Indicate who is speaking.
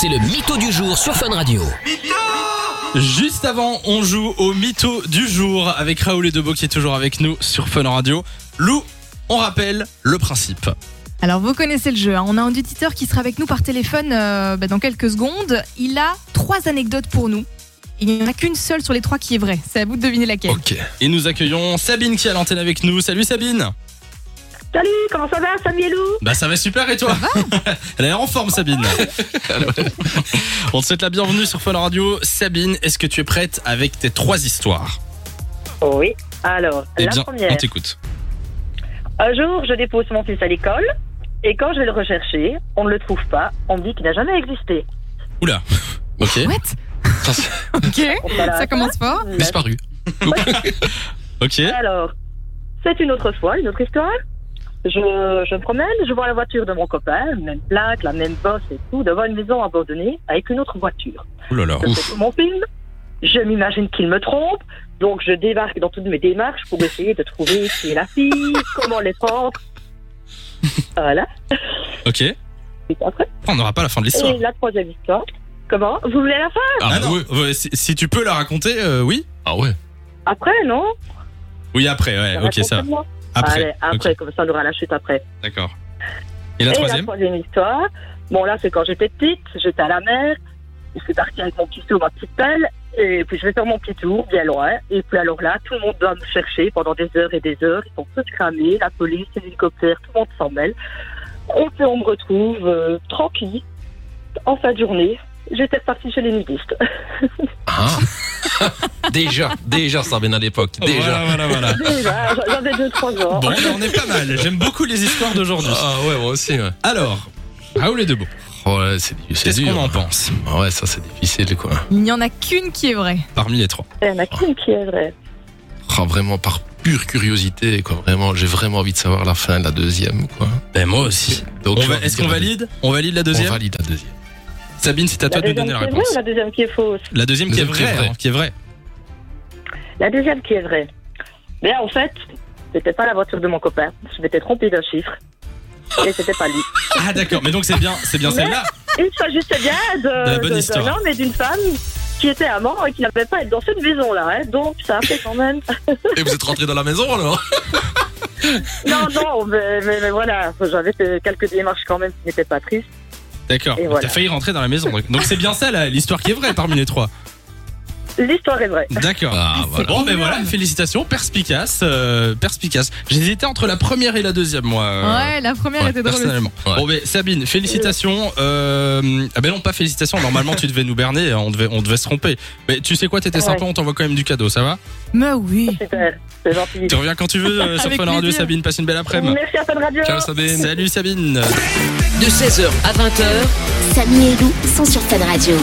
Speaker 1: c'est le mytho du jour sur Fun Radio.
Speaker 2: Juste avant, on joue au mytho du jour avec Raoul et Debo qui est toujours avec nous sur Fun Radio. Lou, on rappelle le principe.
Speaker 3: Alors vous connaissez le jeu, hein. on a un auditeur qui sera avec nous par téléphone euh, bah, dans quelques secondes. Il a trois anecdotes pour nous. Il n'y en a qu'une seule sur les trois qui est vraie. C'est à vous de deviner laquelle.
Speaker 2: Ok. Et nous accueillons Sabine qui est à l'antenne avec nous. Salut Sabine
Speaker 4: Salut, comment ça va, Samuelou
Speaker 2: Bah ça va super et toi Elle est en forme Sabine On te souhaite la bienvenue sur Fun Radio. Sabine, est-ce que tu es prête avec tes trois histoires
Speaker 4: Oui. Alors,
Speaker 2: Eh
Speaker 4: la
Speaker 2: bien, on
Speaker 4: première.
Speaker 2: t'écoute.
Speaker 4: Un jour, je dépose mon fils à l'école et quand je vais le rechercher, on ne le trouve pas. On me dit qu'il n'a jamais existé.
Speaker 2: Oula Ok.
Speaker 3: What Ok,
Speaker 4: Voilà.
Speaker 3: ça commence fort.
Speaker 2: Disparu. ok.
Speaker 4: Alors, c'est une autre fois, une autre histoire. Je, je me promène, je vois la voiture de mon copain, même plaque, la même bosse et tout, devant une maison abandonnée avec une autre voiture.
Speaker 2: Ouh là là.
Speaker 4: Je fais tout mon film. Je m'imagine qu'il me trompe, donc je débarque dans toutes mes démarches pour essayer de trouver qui est la fille, comment les prendre. Voilà,
Speaker 2: Ok.
Speaker 4: c'est après.
Speaker 2: On n'aura pas la fin de l'histoire.
Speaker 4: Et la troisième histoire. Comment Vous voulez la fin
Speaker 2: Ah non, ouais, si, si tu peux la raconter, euh, oui.
Speaker 5: Ah ouais
Speaker 4: Après, non
Speaker 2: Oui, après, ouais, Eh, ok, ça. va.
Speaker 4: Raconte-moi.
Speaker 2: Après,
Speaker 4: Allez, après,
Speaker 2: ok,
Speaker 4: comme ça on aura la chute après.
Speaker 2: d'accord. Et
Speaker 4: Et
Speaker 2: la
Speaker 4: la
Speaker 2: troisième
Speaker 4: troisième histoire. Bon, là, c'est quand j'étais petite, j'étais à la mer, je suis partie avec mon petit tour, ma petite pelle, et puis je vais faire mon petit tour, bien loin, et puis alors là, tout le monde doit me chercher pendant des heures et des heures, ils sont tous cramés, la police, l'hélicoptère, tout le monde s'en mêle. Et puis on me retrouve euh, tranquille, en fin de journée, j'étais partie chez les nudistes.
Speaker 5: Hein Déjà, déjà, ça bien à l'époque, déjà.
Speaker 2: Voilà, voilà, voilà.
Speaker 4: Déjà, j'avais deux, trois ans.
Speaker 2: Bon, on est pas mal. J'aime beaucoup les histoires d'aujourd'hui.
Speaker 5: Ah ouais, moi aussi, ouais.
Speaker 2: Alors, Raoul et Debo,
Speaker 5: Oh là, c'est du- c'est
Speaker 2: qu'est-ce
Speaker 5: dur.
Speaker 2: qu'on en pense
Speaker 5: Ah ouais, ça c'est difficile, quoi.
Speaker 3: Il n'y en a qu'une qui est vraie.
Speaker 2: parmi les trois
Speaker 4: Il y en a qu'une qui est vraie.
Speaker 5: Ah, vraiment, par pure curiosité, quoi. Vraiment, j'ai vraiment envie de savoir la fin de la deuxième, quoi.
Speaker 2: Ben moi aussi.
Speaker 5: Donc, je vais
Speaker 2: Est-ce
Speaker 5: dire
Speaker 2: qu'on
Speaker 5: la
Speaker 2: valide On valide la
Speaker 5: deuxième On
Speaker 2: deuxième
Speaker 5: valide la deuxième.
Speaker 2: Sabine, c'est à
Speaker 4: La
Speaker 2: toi de nous
Speaker 4: deuxième qui
Speaker 2: donner la
Speaker 4: est vraie
Speaker 2: réponse.
Speaker 4: ou la deuxième qui est fausse
Speaker 2: La deuxième qui est
Speaker 5: Deuxième qui est
Speaker 2: vraie,
Speaker 5: vraie.
Speaker 2: hein, qui est vraie.
Speaker 4: La deuxième qui est vraie. Mais en fait, c'était pas la voiture de mon copain. Je m'étais trompée d'un chiffre. Et c'était pas lui.
Speaker 2: Ah d'accord, mais donc c'est bien, c'est bien
Speaker 4: Mais-
Speaker 2: celle-là.
Speaker 4: Il s'agissait bien
Speaker 2: De la
Speaker 4: de-
Speaker 2: bonne
Speaker 4: de-
Speaker 2: histoire.
Speaker 4: d'un homme et d'une femme qui étaient amants et qui n'avaient pas été dans cette maison-là. hein. Donc ça a fait quand même.
Speaker 5: Et vous êtes rentré dans la maison, alors
Speaker 4: Non, non, mais, mais- mais voilà. J'avais fait quelques démarches quand même qui n'étaient pas tristes.
Speaker 2: D'accord.
Speaker 4: Et
Speaker 2: Donc,
Speaker 4: voilà.
Speaker 2: T'as failli rentrer dans la maison. Donc donc c'est bien ça là, l'histoire qui est vraie parmi les trois.
Speaker 4: L'histoire est vraie.
Speaker 2: D'accord.
Speaker 5: Ah, voilà.
Speaker 2: Bon ben voilà, félicitations, perspicace, euh, perspicace. J'hésitais entre la première et la deuxième moi. euh,
Speaker 3: ouais, la première
Speaker 2: ouais,
Speaker 3: était drôle. aussi.
Speaker 2: personnellement.
Speaker 5: Ouais.
Speaker 2: Bon ben Sabine, félicitations. Euh, ah ben non pas félicitations. Normalement tu devais nous berner, hein, on devait on devait se tromper. Mais tu sais quoi, t'étais
Speaker 4: Ouais.
Speaker 2: sympa, on t'envoie quand même du cadeau, ça va
Speaker 3: Mais oui.
Speaker 4: Super. C'est gentil.
Speaker 2: Tu reviens quand tu veux euh, sur
Speaker 3: Avec
Speaker 2: Fun Radio,
Speaker 3: plaisir.
Speaker 2: Sabine. Passe une belle après-midi.
Speaker 4: Merci à Fun Radio.
Speaker 5: Ciao, Sabine.
Speaker 2: Salut Sabine.
Speaker 1: De 16h à 20h,
Speaker 6: Samy et Lou sont sur Fan Radio.